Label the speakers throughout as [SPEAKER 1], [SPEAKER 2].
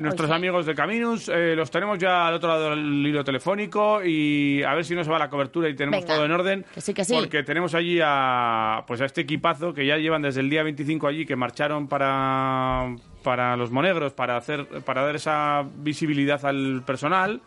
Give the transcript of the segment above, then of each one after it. [SPEAKER 1] Nuestros amigos de Caminus, eh, los tenemos ya al otro lado del hilo telefónico y a ver si nos va la cobertura y tenemos
[SPEAKER 2] Venga.
[SPEAKER 1] todo en orden.
[SPEAKER 2] Que sí, que sí.
[SPEAKER 1] Porque tenemos allí a, pues a este equipazo que ya llevan desde el día 25 allí, que marcharon para, para los Monegros, para, hacer, para dar esa visibilidad al personal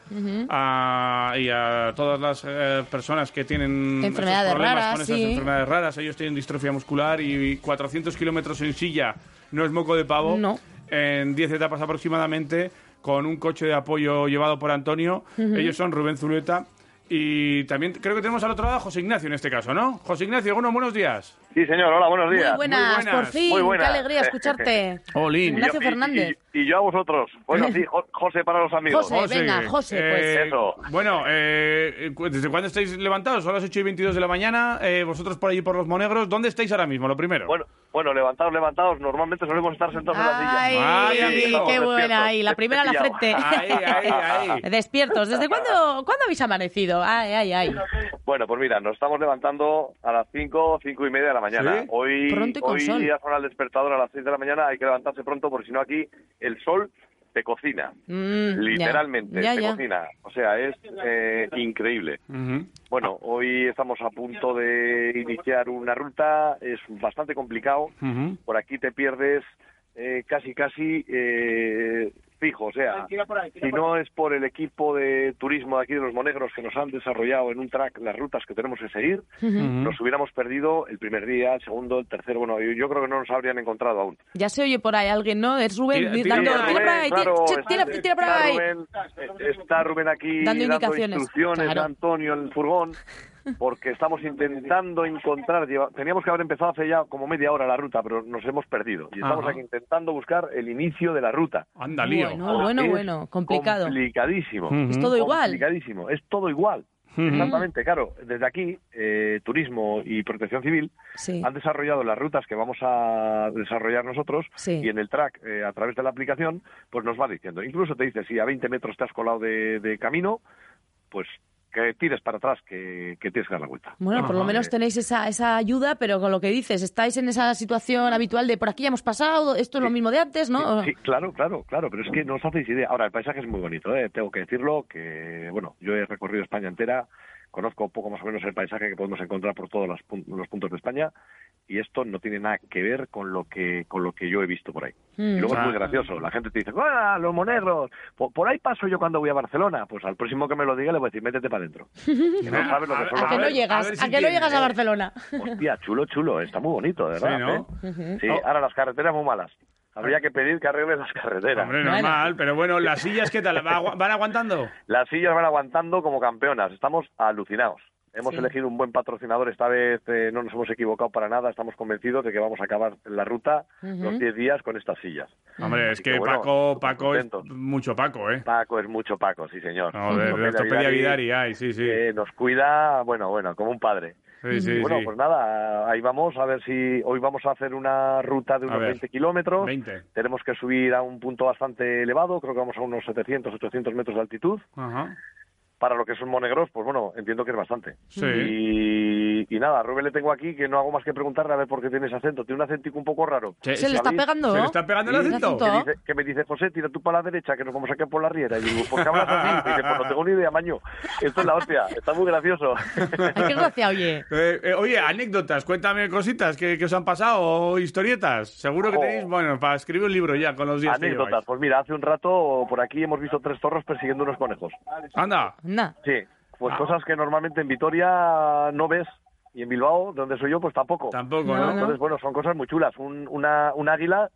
[SPEAKER 1] a- y a todas las eh, personas que tienen esos
[SPEAKER 2] Enfermedades
[SPEAKER 1] problemas
[SPEAKER 2] raras,
[SPEAKER 1] con esas
[SPEAKER 2] sí.
[SPEAKER 1] enfermedades raras. Ellos tienen distrofia muscular y 400 kilómetros en silla no es moco de pavo
[SPEAKER 2] No.
[SPEAKER 1] en 10 etapas aproximadamente, con un coche de apoyo llevado por Antonio. Ellos son Rubén Zulueta. Y también creo que tenemos al otro lado a José Ignacio en este caso, ¿no? José Ignacio, bueno, buenos días.
[SPEAKER 3] Sí, señor, hola, buenos días.
[SPEAKER 2] Muy buenas,
[SPEAKER 1] Muy buenas.
[SPEAKER 2] por fin.
[SPEAKER 3] Muy buenas.
[SPEAKER 2] Qué alegría escucharte.
[SPEAKER 1] Olin.
[SPEAKER 3] Y yo-
[SPEAKER 2] Ignacio
[SPEAKER 3] y-
[SPEAKER 2] Fernández.
[SPEAKER 3] Y, y yo a vosotros. Bueno, sí, Jo- José para los amigos.
[SPEAKER 2] José. Eh, venga, José, pues.
[SPEAKER 3] Eso.
[SPEAKER 1] Eh, Bueno, eh, cu- ¿desde cuándo estáis levantados? Son las 8 y 22 de la mañana. eh, vosotros por allí por los Monegros. ¿Dónde estáis ahora mismo? Lo primero.
[SPEAKER 3] Bueno, bueno, levantados, levantados. Normalmente solemos estar sentados en la silla.
[SPEAKER 2] Ay,
[SPEAKER 1] Ay, amigo,
[SPEAKER 2] qué buena.
[SPEAKER 3] despierto.
[SPEAKER 2] Ahí, la primera a la
[SPEAKER 3] He pillado.
[SPEAKER 2] frente.
[SPEAKER 1] Ahí, ahí, ahí.
[SPEAKER 2] Despiertos. ¿Desde cuándo, cuándo habéis amanecido? Ay, ay, ay.
[SPEAKER 3] Bueno, pues mira, nos estamos levantando a las 5, 5 y media de la mañana.
[SPEAKER 1] Sí.
[SPEAKER 3] Hoy,
[SPEAKER 2] Pronto y con
[SPEAKER 3] hoy
[SPEAKER 2] sol.
[SPEAKER 3] ya suena el despertador a las 6 de la mañana. Hay que levantarse pronto porque si no aquí el sol te cocina.
[SPEAKER 2] Mm, ya.
[SPEAKER 3] Literalmente,
[SPEAKER 2] Ya,
[SPEAKER 3] te
[SPEAKER 2] ya.
[SPEAKER 3] cocina. O sea, es eh, increíble.
[SPEAKER 1] Ujú.
[SPEAKER 3] Bueno, hoy estamos a punto de iniciar una ruta, es bastante complicado.
[SPEAKER 1] Ujú.
[SPEAKER 3] Por aquí te pierdes eh, casi, casi eh, fijo. O sea, si no es por el equipo de turismo de aquí de los Monegros que nos han desarrollado en un track las rutas que tenemos que seguir, nos hubiéramos perdido el primer día, el segundo, el tercero. Bueno, yo, yo creo que no nos habrían encontrado aún.
[SPEAKER 2] Ya se oye por ahí alguien, ¿no? Es
[SPEAKER 1] Tira-
[SPEAKER 2] Rubén di-
[SPEAKER 1] tira
[SPEAKER 2] dando.
[SPEAKER 1] por
[SPEAKER 2] Tira por
[SPEAKER 3] Rubén,
[SPEAKER 2] ahí, tira,
[SPEAKER 3] claro,
[SPEAKER 2] che, tira,
[SPEAKER 3] está-
[SPEAKER 2] tira por
[SPEAKER 3] está
[SPEAKER 2] ahí.
[SPEAKER 3] Rubén- está Rubén aquí
[SPEAKER 2] Dando
[SPEAKER 3] dando,
[SPEAKER 2] indicaciones,
[SPEAKER 3] instrucciones
[SPEAKER 2] claro.
[SPEAKER 3] a Antonio en el furgón, porque estamos intentando encontrar. lleva- Teníamos que haber empezado hace ya como media hora la ruta, pero nos hemos perdido. Y estamos
[SPEAKER 1] Ajá.
[SPEAKER 3] aquí intentando buscar el inicio de la ruta.
[SPEAKER 1] Anda, lío.
[SPEAKER 2] Bueno, bueno,
[SPEAKER 3] Es
[SPEAKER 2] bueno. Complicado.
[SPEAKER 3] Complicadísimo.
[SPEAKER 2] Es todo igual.
[SPEAKER 3] Complicadísimo. Es todo igual. Exactamente, claro. Desde aquí, eh, Turismo y Protección Civil
[SPEAKER 2] Sí.
[SPEAKER 3] han desarrollado las rutas que vamos a desarrollar nosotros
[SPEAKER 2] Sí.
[SPEAKER 3] y en el track, eh, a través de la aplicación, pues nos va diciendo. Incluso te dice, si a 20 metros te has colado de, de camino, pues que tires para atrás, que, que tienes que dar la vuelta.
[SPEAKER 2] Bueno, por lo
[SPEAKER 3] Ajá.
[SPEAKER 2] menos tenéis esa, esa ayuda, pero con lo que dices, estáis en esa situación habitual de por aquí ya hemos pasado, esto es lo mismo de antes, ¿no?
[SPEAKER 3] Sí, sí, claro, claro, claro, pero es que no os hacéis idea. Ahora, el paisaje es muy bonito, ¿eh? tengo que decirlo, que bueno, yo he recorrido España entera, conozco un poco más o menos el paisaje que podemos encontrar por todos los, pun- los puntos de España y esto no tiene nada que ver con lo que con lo que yo he visto por ahí.
[SPEAKER 2] Mm.
[SPEAKER 3] y luego
[SPEAKER 1] Ah.
[SPEAKER 3] es muy gracioso, la gente te dice, ¡ah, los monegros! Por, por ahí paso yo cuando voy a Barcelona, pues al próximo que me lo diga le voy a decir, métete para adentro. Que no sabes lo que son
[SPEAKER 1] A
[SPEAKER 2] Ah, ¿A que no
[SPEAKER 3] los
[SPEAKER 1] ver,
[SPEAKER 3] monegros.
[SPEAKER 2] llegas?
[SPEAKER 1] a
[SPEAKER 2] ¿A,
[SPEAKER 1] ver si
[SPEAKER 2] que no
[SPEAKER 1] tiene,
[SPEAKER 2] llegas
[SPEAKER 1] ¿eh?
[SPEAKER 2] a Barcelona?
[SPEAKER 3] Hostia, chulo, chulo, está muy bonito, de
[SPEAKER 1] Sí,
[SPEAKER 3] verdad.
[SPEAKER 1] ¿no? Ah.
[SPEAKER 3] ¿eh? Sí, ahora las carreteras muy malas. Habría que pedir que arreglen las carreteras.
[SPEAKER 1] Hombre,
[SPEAKER 2] Bueno.
[SPEAKER 1] normal, pero bueno, las sillas, ¿qué tal? ¿Va agu- ¿Van aguantando?
[SPEAKER 3] Las sillas van aguantando como campeonas. Estamos alucinados. Hemos
[SPEAKER 2] Sí.
[SPEAKER 3] elegido un buen patrocinador. Esta vez eh, no nos hemos equivocado para nada. Estamos convencidos de que vamos a acabar la ruta los 10 días con estas sillas.
[SPEAKER 1] Hombre, es
[SPEAKER 3] Así
[SPEAKER 1] que
[SPEAKER 3] que, bueno,
[SPEAKER 1] Paco, Paco es
[SPEAKER 3] contentos.
[SPEAKER 1] mucho Paco, ¿eh?
[SPEAKER 3] Paco es mucho Paco, sí, señor.
[SPEAKER 1] Joder, de
[SPEAKER 3] Ofelia
[SPEAKER 1] ortopedia
[SPEAKER 3] Vidari,
[SPEAKER 1] Vidari, ay, sí, sí.
[SPEAKER 3] que nos cuida, bueno, bueno, como un padre.
[SPEAKER 1] Sí, sí,
[SPEAKER 3] bueno,
[SPEAKER 1] sí.
[SPEAKER 3] pues nada, ahí vamos a ver si hoy vamos a hacer una ruta de
[SPEAKER 1] A
[SPEAKER 3] unos
[SPEAKER 1] ver.
[SPEAKER 3] 20 kilómetros.
[SPEAKER 1] 20.
[SPEAKER 3] Tenemos que subir a un punto bastante elevado, creo que vamos a unos 700, 800 metros de altitud.
[SPEAKER 1] Ajá.
[SPEAKER 3] para lo que son monegros, pues bueno, entiendo que es bastante.
[SPEAKER 1] Sí.
[SPEAKER 3] Y, y nada, a Rubén le tengo aquí que no hago más que preguntarle a ver por qué tiene ese acento. Tiene un acentico un poco raro.
[SPEAKER 1] Se,
[SPEAKER 2] Se le
[SPEAKER 1] se-
[SPEAKER 2] está pegando,
[SPEAKER 1] se le
[SPEAKER 2] ¿no?
[SPEAKER 1] está pegando el
[SPEAKER 2] Sí.
[SPEAKER 1] acento.
[SPEAKER 2] El acento.
[SPEAKER 3] Que, dice- que me dice, José, tira tú para la derecha que nos vamos a quedar por la riera. Y digo, ¿por qué hablas así? Y dice, pues no tengo ni idea, maño. Esto es la hostia, está muy gracioso.
[SPEAKER 2] Ay, qué gracia, oye.
[SPEAKER 1] Eh, eh, oye, anécdotas, cuéntame cositas que, que os han pasado o historietas. Seguro que
[SPEAKER 3] Oh.
[SPEAKER 1] tenéis, bueno, para escribir un libro ya con los días
[SPEAKER 3] Anécdotas. Pues mira, hace un rato por aquí hemos visto tres zorros persiguiendo unos conejos.
[SPEAKER 1] que lleváis. Anda.
[SPEAKER 2] Anda.
[SPEAKER 3] Sí,
[SPEAKER 1] Ah.
[SPEAKER 3] pues cosas que normalmente en Vitoria no ves. Y en Bilbao, donde soy yo, pues tampoco.
[SPEAKER 1] Tampoco,
[SPEAKER 2] No,
[SPEAKER 1] ¿no?
[SPEAKER 2] no.
[SPEAKER 3] Entonces, bueno, son cosas muy chulas. Un, una, un águila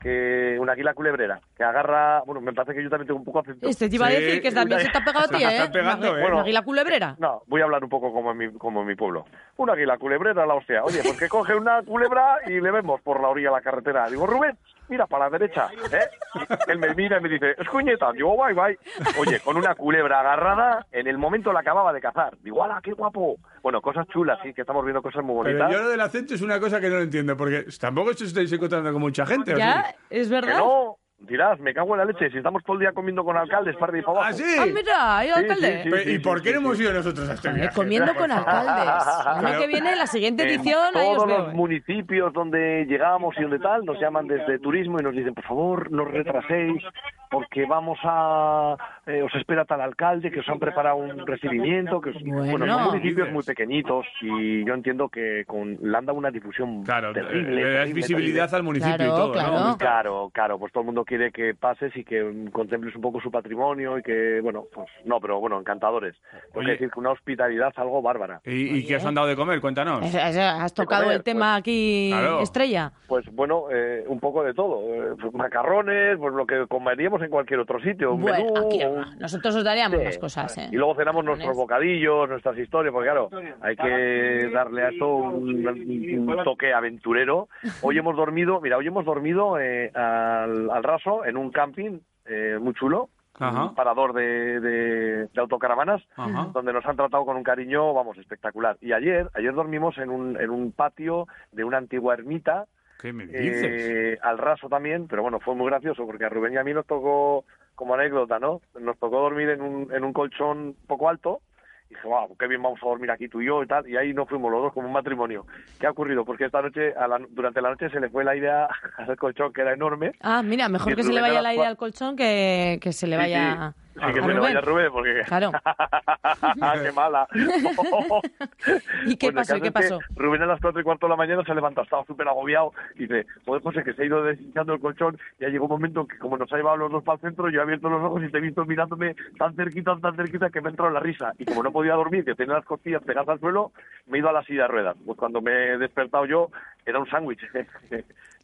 [SPEAKER 3] que un águila culebrera que agarra bueno me parece que yo también tengo un poco acento
[SPEAKER 2] Este te iba a
[SPEAKER 1] Sí.
[SPEAKER 2] decir que también se te ha pegado a
[SPEAKER 1] Se
[SPEAKER 2] ti,
[SPEAKER 1] le
[SPEAKER 2] ¿eh?
[SPEAKER 1] está pegando,
[SPEAKER 2] Una-
[SPEAKER 1] ¿eh?
[SPEAKER 2] una
[SPEAKER 3] Bueno.
[SPEAKER 2] águila culebrera.
[SPEAKER 3] no voy a hablar un poco como en mi como en mi pueblo un águila culebrera la hostia oye pues que coge una culebra y le vemos por la orilla de la carretera digo Rubén mira para la derecha. ¿eh? Y él me mira y me dice, es cuñeta. Digo, bye, bye. Oye, con una culebra agarrada, en el momento la acababa de cazar. Digo, ala, qué guapo. Bueno, cosas chulas, sí, que estamos viendo cosas muy
[SPEAKER 1] Pero
[SPEAKER 3] bonitas.
[SPEAKER 1] yo lo del acento es una cosa que no lo entiendo, porque tampoco os estáis encontrando con mucha gente. ¿o sí?
[SPEAKER 2] ¿Ya? ¿Es
[SPEAKER 3] Que
[SPEAKER 2] verdad?
[SPEAKER 3] no, dirás, me cago en la leche. Si estamos todo el día comiendo con alcaldes, para arriba y para abajo.
[SPEAKER 1] ¿Ah, sí?
[SPEAKER 2] Ah, mira, hay alcalde.
[SPEAKER 3] sí,
[SPEAKER 1] Pe-
[SPEAKER 3] sí,
[SPEAKER 1] ¿Y
[SPEAKER 3] sí,
[SPEAKER 1] por
[SPEAKER 3] sí,
[SPEAKER 1] qué no
[SPEAKER 3] sí,
[SPEAKER 1] hemos
[SPEAKER 3] sí.
[SPEAKER 1] ido nosotros a este
[SPEAKER 2] Joder,
[SPEAKER 1] viaje?
[SPEAKER 2] comiendo
[SPEAKER 1] Por
[SPEAKER 2] con
[SPEAKER 1] favor.
[SPEAKER 2] alcaldes. El
[SPEAKER 1] Pero-
[SPEAKER 2] año que viene, la siguiente
[SPEAKER 3] En
[SPEAKER 2] edición, ahí os
[SPEAKER 3] todos
[SPEAKER 2] veo. ¿eh?
[SPEAKER 3] los municipios donde llegamos y donde tal nos llaman desde turismo y nos dicen por favor no os retraséis porque vamos a eh, os espera tal alcalde que os han preparado un recibimiento que os-
[SPEAKER 2] Bueno.
[SPEAKER 3] son municipios muy pequeñitos y yo entiendo que con le han dado una difusión
[SPEAKER 1] Claro,
[SPEAKER 3] terrible,
[SPEAKER 1] le das
[SPEAKER 3] terrible,
[SPEAKER 1] visibilidad
[SPEAKER 3] terrible.
[SPEAKER 1] al municipio
[SPEAKER 2] Claro,
[SPEAKER 1] y todo,
[SPEAKER 2] claro.
[SPEAKER 1] ¿no?
[SPEAKER 3] Claro, claro, pues todo el mundo quiere que pases y que mm, contemples un poco su patrimonio y que, bueno, pues no, pero bueno, encantadores. Tengo
[SPEAKER 1] Oye. Eh.
[SPEAKER 3] que decir que una hospitalidad algo bárbara.
[SPEAKER 1] ¿Y, y qué os han dado de comer? Cuéntanos.
[SPEAKER 3] Eh,
[SPEAKER 2] Es- es- Has tocado
[SPEAKER 3] comer,
[SPEAKER 2] el tema aquí,
[SPEAKER 1] Claro.
[SPEAKER 2] estrella.
[SPEAKER 3] Pues bueno, eh, un poco de todo. Eh, pues, macarrones, pues lo que comeríamos en cualquier otro sitio. Un
[SPEAKER 2] Bueno,
[SPEAKER 3] menú,
[SPEAKER 2] aquí no
[SPEAKER 3] un-
[SPEAKER 2] va. Nosotros os daríamos
[SPEAKER 3] Sí.
[SPEAKER 2] más cosas, ¿eh?
[SPEAKER 3] Y luego cenamos nuestros
[SPEAKER 2] Macarrones.
[SPEAKER 3] bocadillos, nuestras historias, porque claro, hay que darle a esto un, un toque aventurero. Hoy hemos dormido, mira, hoy hemos dormido eh, al, al raso en un camping eh, muy chulo,
[SPEAKER 1] Ajá.
[SPEAKER 3] un parador de, de- de autocaravanas,
[SPEAKER 1] Ajá.
[SPEAKER 3] donde nos han tratado con un cariño, vamos, espectacular. Y ayer, ayer dormimos en un, en un patio de una antigua ermita,
[SPEAKER 1] ¿Qué me dices?
[SPEAKER 3] eh, al raso también, pero bueno, fue muy gracioso porque a Rubén y a mí nos tocó, como anécdota, ¿no? Nos tocó dormir en un, en un colchón poco alto. Y dije, wow, qué bien vamos a dormir aquí tú y yo y tal. Y ahí nos fuimos los dos como un matrimonio. ¿Qué ha ocurrido? Porque esta noche, a la- durante la noche se le fue el aire a- al colchón, que era enorme.
[SPEAKER 2] Ah, mira, mejor
[SPEAKER 3] Y
[SPEAKER 2] que se le
[SPEAKER 3] Rubén a
[SPEAKER 2] vaya el
[SPEAKER 3] las
[SPEAKER 2] aire
[SPEAKER 3] cua-
[SPEAKER 2] al colchón que, que se le vaya
[SPEAKER 3] Sí, sí.
[SPEAKER 2] a
[SPEAKER 3] Sí, que se le
[SPEAKER 2] Rubén.
[SPEAKER 3] vaya a Rubén, porque...
[SPEAKER 2] Claro.
[SPEAKER 3] Ah, qué mala.
[SPEAKER 2] ¿Y qué
[SPEAKER 3] Bueno, el
[SPEAKER 2] pasó? ¿Y qué
[SPEAKER 3] caso es que
[SPEAKER 2] pasó?
[SPEAKER 3] Rubén a las cuatro y cuarto de la mañana se levanta, estaba súper agobiado. Y dice, joder, José, que se ha ido deshinchando el colchón. Ya llegó un momento que, como nos ha llevado los dos para el centro, yo he abierto los ojos y te he visto mirándome tan cerquita, tan cerquita, que me ha entrado la risa. Y como no podía dormir, que tenía las costillas pegadas al suelo, me he ido a la silla de ruedas. Pues cuando me he despertado yo, era un sándwich.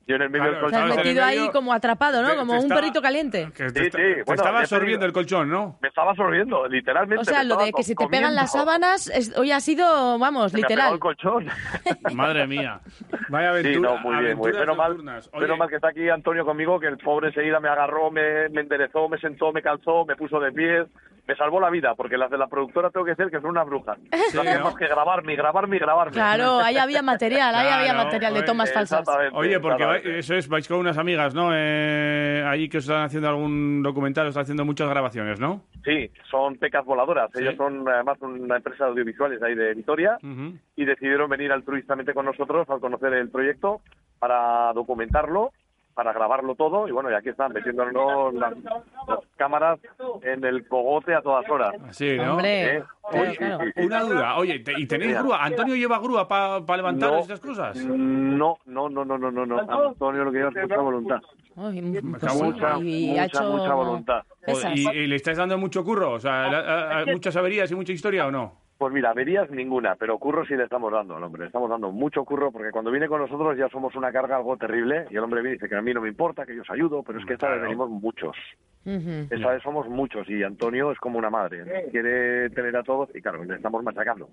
[SPEAKER 3] yo Pues, en el medio
[SPEAKER 1] Claro,
[SPEAKER 3] del
[SPEAKER 2] Te
[SPEAKER 1] Estaba
[SPEAKER 2] has
[SPEAKER 3] colchón.
[SPEAKER 1] en el
[SPEAKER 2] metido ahí
[SPEAKER 1] medio,
[SPEAKER 2] como atrapado,
[SPEAKER 1] te-
[SPEAKER 2] ¿no?
[SPEAKER 1] te
[SPEAKER 2] Como un
[SPEAKER 1] estaba-
[SPEAKER 2] perrito caliente.
[SPEAKER 1] Que
[SPEAKER 3] Sí,
[SPEAKER 1] te,
[SPEAKER 3] sí,
[SPEAKER 1] te
[SPEAKER 3] bueno,
[SPEAKER 1] estaba
[SPEAKER 3] ya te
[SPEAKER 1] absorbiendo
[SPEAKER 3] digo.
[SPEAKER 1] el colchón, ¿no?
[SPEAKER 3] Me estaba sorbiendo, literalmente.
[SPEAKER 2] O
[SPEAKER 3] me
[SPEAKER 2] sea, lo
[SPEAKER 3] estaba
[SPEAKER 2] de que se te
[SPEAKER 3] comiendo.
[SPEAKER 2] pegan las sábanas es- hoy ha sido, vamos,
[SPEAKER 3] Se me ha
[SPEAKER 2] literal.
[SPEAKER 3] pegado el colchón.
[SPEAKER 1] Madre mía. Vaya aventura.
[SPEAKER 3] Sí, no, muy bien, muy bien.
[SPEAKER 1] aventuras
[SPEAKER 3] Menos mal,
[SPEAKER 1] nocturnas. Oye,
[SPEAKER 3] menos mal que está aquí Antonio conmigo, que el pobre enseguida me agarró, me, me enderezó, me sentó, me calzó, me puso de pie. Me salvó la vida, porque las de la productora tengo que decir que son unas brujas. no hacían
[SPEAKER 1] ¿no?
[SPEAKER 3] más que grabarme, y grabarme, y grabarme.
[SPEAKER 2] Claro, ahí había material, ahí había
[SPEAKER 1] Claro,
[SPEAKER 2] material de
[SPEAKER 1] oye,
[SPEAKER 2] tomas falsas.
[SPEAKER 3] Exactamente,
[SPEAKER 1] Oye, porque vai-
[SPEAKER 3] exactamente.
[SPEAKER 1] eso es, vais con unas amigas, ¿no? Eh, ahí que os están haciendo algún documental, os están haciendo muchas grabaciones, ¿no?
[SPEAKER 3] Sí, son pecas voladoras.
[SPEAKER 1] Sí. Mm.
[SPEAKER 3] Ellos son además una empresa de audiovisuales de ahí de Vitoria
[SPEAKER 1] Ujú.
[SPEAKER 3] y decidieron venir altruistamente con nosotros al conocer el proyecto para documentarlo, para grabarlo todo y bueno, y aquí están metiéndonos las, las cámaras en el cogote a todas horas.
[SPEAKER 1] Sí, ¿no?
[SPEAKER 2] Hombre,
[SPEAKER 3] ¿Eh?
[SPEAKER 2] claro,
[SPEAKER 3] Sí,
[SPEAKER 2] claro.
[SPEAKER 3] sí, sí.
[SPEAKER 1] Una duda, oye, te- ¿y tenéis
[SPEAKER 3] Mira.
[SPEAKER 1] grúa? ¿Antonio lleva grúa para levantar
[SPEAKER 3] No.
[SPEAKER 1] estas cosas?
[SPEAKER 3] No, no, no, no, no, no, no. Antonio lo que lleva es mucha voluntad.
[SPEAKER 2] Ay, pues
[SPEAKER 1] Mucha,
[SPEAKER 2] sí,
[SPEAKER 3] mucha,
[SPEAKER 2] ha
[SPEAKER 3] mucha,
[SPEAKER 2] hecho
[SPEAKER 3] mucha voluntad.
[SPEAKER 2] pesas.
[SPEAKER 1] ¿Y, y le estáis dando mucho curro? O sea, la- a- a- ¿muchas averías y mucha historia o no?
[SPEAKER 3] Pues mira, averías ninguna, pero curro sí le estamos dando al hombre. Le estamos dando mucho curro porque cuando viene con nosotros ya somos una carga algo terrible y el hombre viene y dice que a mí no me importa, que yo os ayudo, pero es que esta vez
[SPEAKER 1] Claro.
[SPEAKER 3] venimos muchos.
[SPEAKER 2] Ujú.
[SPEAKER 3] Esta vez somos muchos y Antonio es como una madre. Quiere tener a todos y claro, le estamos machacando.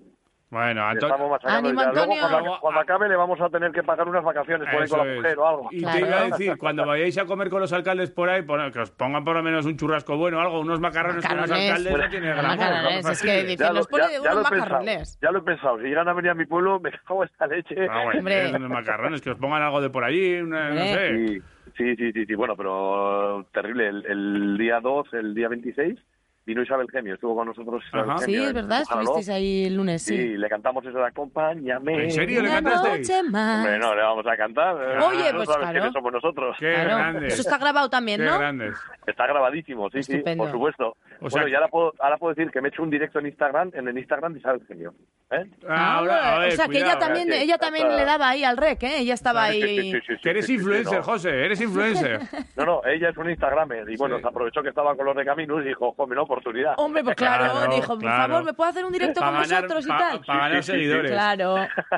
[SPEAKER 1] Bueno,
[SPEAKER 3] Le
[SPEAKER 1] Antonio...
[SPEAKER 3] estamos machacando.
[SPEAKER 2] ¡Ánimo,
[SPEAKER 3] y ya luego
[SPEAKER 2] Antonio!
[SPEAKER 3] cuando, ac- cuando acabe le vamos a tener que pagar unas vacaciones por ahí
[SPEAKER 1] Eso
[SPEAKER 3] con la
[SPEAKER 1] es.
[SPEAKER 3] mujer o algo.
[SPEAKER 1] Y
[SPEAKER 2] Claro.
[SPEAKER 1] te iba a decir, cuando vayáis a comer con los alcaldes por ahí, pon- que os pongan por lo menos un churrasco bueno, algo, unos macarrones, con los
[SPEAKER 2] Macarrones.
[SPEAKER 1] alcaldes, no tiene gran modo,
[SPEAKER 2] Macarrones,
[SPEAKER 1] no
[SPEAKER 2] es que
[SPEAKER 1] fastidies.
[SPEAKER 2] dice- nos pone de unos
[SPEAKER 3] he pensado,
[SPEAKER 2] macarrones.
[SPEAKER 3] ya lo he pensado. Si llegan a venir a mi pueblo, me cago en esta leche.
[SPEAKER 1] Ah, bueno,
[SPEAKER 2] Hombre.
[SPEAKER 1] es unos macarrones, que os pongan algo de por allí, una- no
[SPEAKER 2] Hombre.
[SPEAKER 1] sé.
[SPEAKER 3] Sí, sí, sí, sí, sí. Bueno, pero terrible. El, el día 2, el día 26, vino Isabel Gemio. Estuvo con nosotros Isabel
[SPEAKER 1] Ajá.
[SPEAKER 2] Sí,
[SPEAKER 3] Gemio
[SPEAKER 2] es
[SPEAKER 3] en
[SPEAKER 2] verdad,
[SPEAKER 3] Ojalá.
[SPEAKER 2] estuvisteis ahí el lunes,
[SPEAKER 3] Sí,
[SPEAKER 2] sí.
[SPEAKER 3] le cantamos eso de Acompáñame.
[SPEAKER 1] ¿En serio le
[SPEAKER 2] Una
[SPEAKER 1] cantasteis?
[SPEAKER 2] noche más.
[SPEAKER 3] Hombre, no, le vamos a cantar. Ah,
[SPEAKER 2] Oye,
[SPEAKER 3] No
[SPEAKER 2] pues
[SPEAKER 3] sabes
[SPEAKER 2] claro.
[SPEAKER 3] quiénes somos nosotros.
[SPEAKER 1] Qué
[SPEAKER 2] Claro,
[SPEAKER 1] grandes.
[SPEAKER 2] Eso está grabado también,
[SPEAKER 1] Qué
[SPEAKER 2] ¿no?
[SPEAKER 1] grandes.
[SPEAKER 3] Está grabadísimo, sí,
[SPEAKER 2] Estupendo.
[SPEAKER 3] sí, por supuesto.
[SPEAKER 1] O sea
[SPEAKER 3] bueno,
[SPEAKER 1] que-
[SPEAKER 3] y ahora puedo, ahora puedo decir que me he hecho un directo en Instagram, en el Instagram de Isabel Gemio. ¿Eh?
[SPEAKER 2] Ah,
[SPEAKER 1] Ahora, a ver,
[SPEAKER 2] o sea, que
[SPEAKER 1] cuidado,
[SPEAKER 2] ella también,
[SPEAKER 3] eh,
[SPEAKER 2] ella también
[SPEAKER 3] hasta-
[SPEAKER 2] le daba ahí al rec, ¿eh? Ella estaba ahí...
[SPEAKER 1] Que eres
[SPEAKER 3] sí, sí, sí,
[SPEAKER 1] influencer,
[SPEAKER 3] no.
[SPEAKER 1] José, eres influencer.
[SPEAKER 3] No, no, ella es un Instagramer y bueno,
[SPEAKER 1] Sí.
[SPEAKER 3] se aprovechó que estaba con los de Caminos y dijo, joder, no, oportunidad.
[SPEAKER 2] Hombre, pues claro,
[SPEAKER 1] Claro,
[SPEAKER 2] dijo, por
[SPEAKER 1] claro.
[SPEAKER 2] favor, ¿me puedo hacer un directo
[SPEAKER 1] Pa'
[SPEAKER 2] con vosotros y
[SPEAKER 1] pa-
[SPEAKER 2] tal?
[SPEAKER 1] pa' ganar
[SPEAKER 3] Sí, sí, sí,
[SPEAKER 1] seguidores.
[SPEAKER 2] Claro.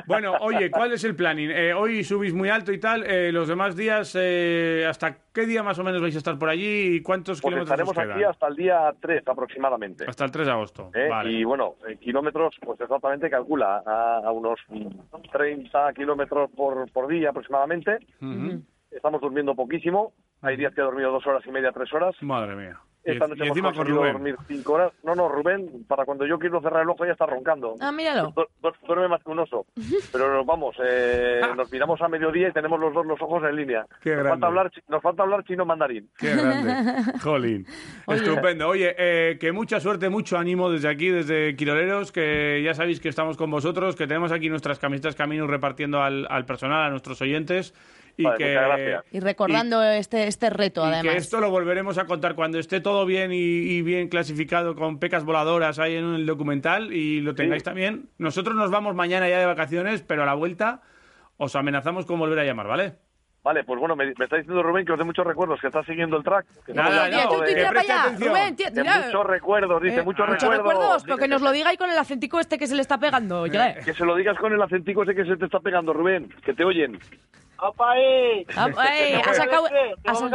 [SPEAKER 1] Bueno, oye, ¿cuál es el planning? Eh, hoy subís muy alto y tal. eh, los demás días, eh, ¿hasta qué día más o menos vais a estar por allí? ¿Y cuántos
[SPEAKER 3] Pues
[SPEAKER 1] kilómetros os
[SPEAKER 3] estaremos aquí
[SPEAKER 1] quedan?
[SPEAKER 3] hasta el día 3 aproximadamente.
[SPEAKER 1] Hasta el 3 de agosto.
[SPEAKER 3] ¿eh?
[SPEAKER 1] Vale.
[SPEAKER 3] Y bueno, en kilómetros, pues exactamente calcula a, a unos 30 kilómetros por, por día aproximadamente.
[SPEAKER 1] Ujú.
[SPEAKER 3] estamos durmiendo poquísimo. Hay días que he dormido dos horas y media, tres horas.
[SPEAKER 1] Madre mía. Y,
[SPEAKER 3] Esta noche
[SPEAKER 1] y
[SPEAKER 3] hemos
[SPEAKER 1] encima con
[SPEAKER 3] conseguido
[SPEAKER 1] Rubén.
[SPEAKER 3] dormir cinco horas. No, no, Rubén, para cuando yo quiero cerrar el ojo ya está roncando.
[SPEAKER 2] Ah, míralo.
[SPEAKER 3] Du- du- duerme más que un oso. Pero vamos, eh,
[SPEAKER 2] Ah.
[SPEAKER 3] nos miramos a mediodía y tenemos los dos los ojos en línea.
[SPEAKER 1] Qué
[SPEAKER 3] nos,
[SPEAKER 1] grande.
[SPEAKER 3] falta hablar, chi- nos falta hablar chino mandarín.
[SPEAKER 1] Qué grande. Jolín. Estupendo. Oye, eh, que mucha suerte, mucho ánimo desde aquí, desde Quiroleros, que ya sabéis que estamos con vosotros, que tenemos aquí nuestras camisetas Camino repartiendo al, al personal, a nuestros oyentes. Y
[SPEAKER 3] Vale,
[SPEAKER 1] que,
[SPEAKER 3] muchas gracias.
[SPEAKER 2] Y recordando este, este reto,
[SPEAKER 1] y
[SPEAKER 2] además.
[SPEAKER 1] que esto lo volveremos a contar cuando esté todo bien y, y bien clasificado con pecas voladoras ahí en el documental y lo tengáis también. Nosotros nos vamos mañana ya de vacaciones, pero a la vuelta os amenazamos con volver a llamar, ¿vale?
[SPEAKER 3] Vale, pues bueno, me, me está diciendo Rubén que os dé muchos recuerdos, que está siguiendo el track. Que
[SPEAKER 1] Nada,
[SPEAKER 3] estamos
[SPEAKER 2] Oye,
[SPEAKER 1] nada,
[SPEAKER 2] tú
[SPEAKER 3] hablando de-
[SPEAKER 2] tuitea
[SPEAKER 1] que
[SPEAKER 2] para
[SPEAKER 1] preste
[SPEAKER 2] allá.
[SPEAKER 1] atención.
[SPEAKER 2] Rubén, tía,
[SPEAKER 3] de
[SPEAKER 2] mira,
[SPEAKER 3] Eh, muchos recuerdos, dice,
[SPEAKER 1] Eh,
[SPEAKER 3] muchos
[SPEAKER 1] muchos
[SPEAKER 2] muchos
[SPEAKER 3] recuerdos.
[SPEAKER 2] recuerdos, pero
[SPEAKER 3] Dice,
[SPEAKER 2] que nos lo diga ahí con el acentico este que se le está pegando. oiga, eh.
[SPEAKER 3] Que se lo digas con el acentico ese que se te está pegando, Rubén, que te oyen.
[SPEAKER 2] Ah, ey, ha sacado... ha sa-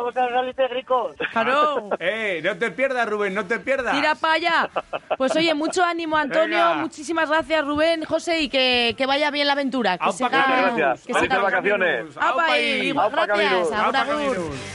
[SPEAKER 2] Claro.
[SPEAKER 1] ¡Eh! No te pierdas, Rubén, no te pierdas.
[SPEAKER 2] Tira para allá. Pues oye, mucho ánimo, Antonio.
[SPEAKER 1] Venga.
[SPEAKER 2] Muchísimas gracias, Rubén, José, y que, que vaya bien la aventura. Que
[SPEAKER 1] Aupa
[SPEAKER 2] siga-
[SPEAKER 3] Muchas gracias.
[SPEAKER 2] que
[SPEAKER 3] Felices
[SPEAKER 2] siga-
[SPEAKER 3] vacaciones.
[SPEAKER 2] Aupa y-
[SPEAKER 1] Aupa
[SPEAKER 2] gracias.
[SPEAKER 3] Aupa,
[SPEAKER 2] Agur, agur.
[SPEAKER 1] Caminus.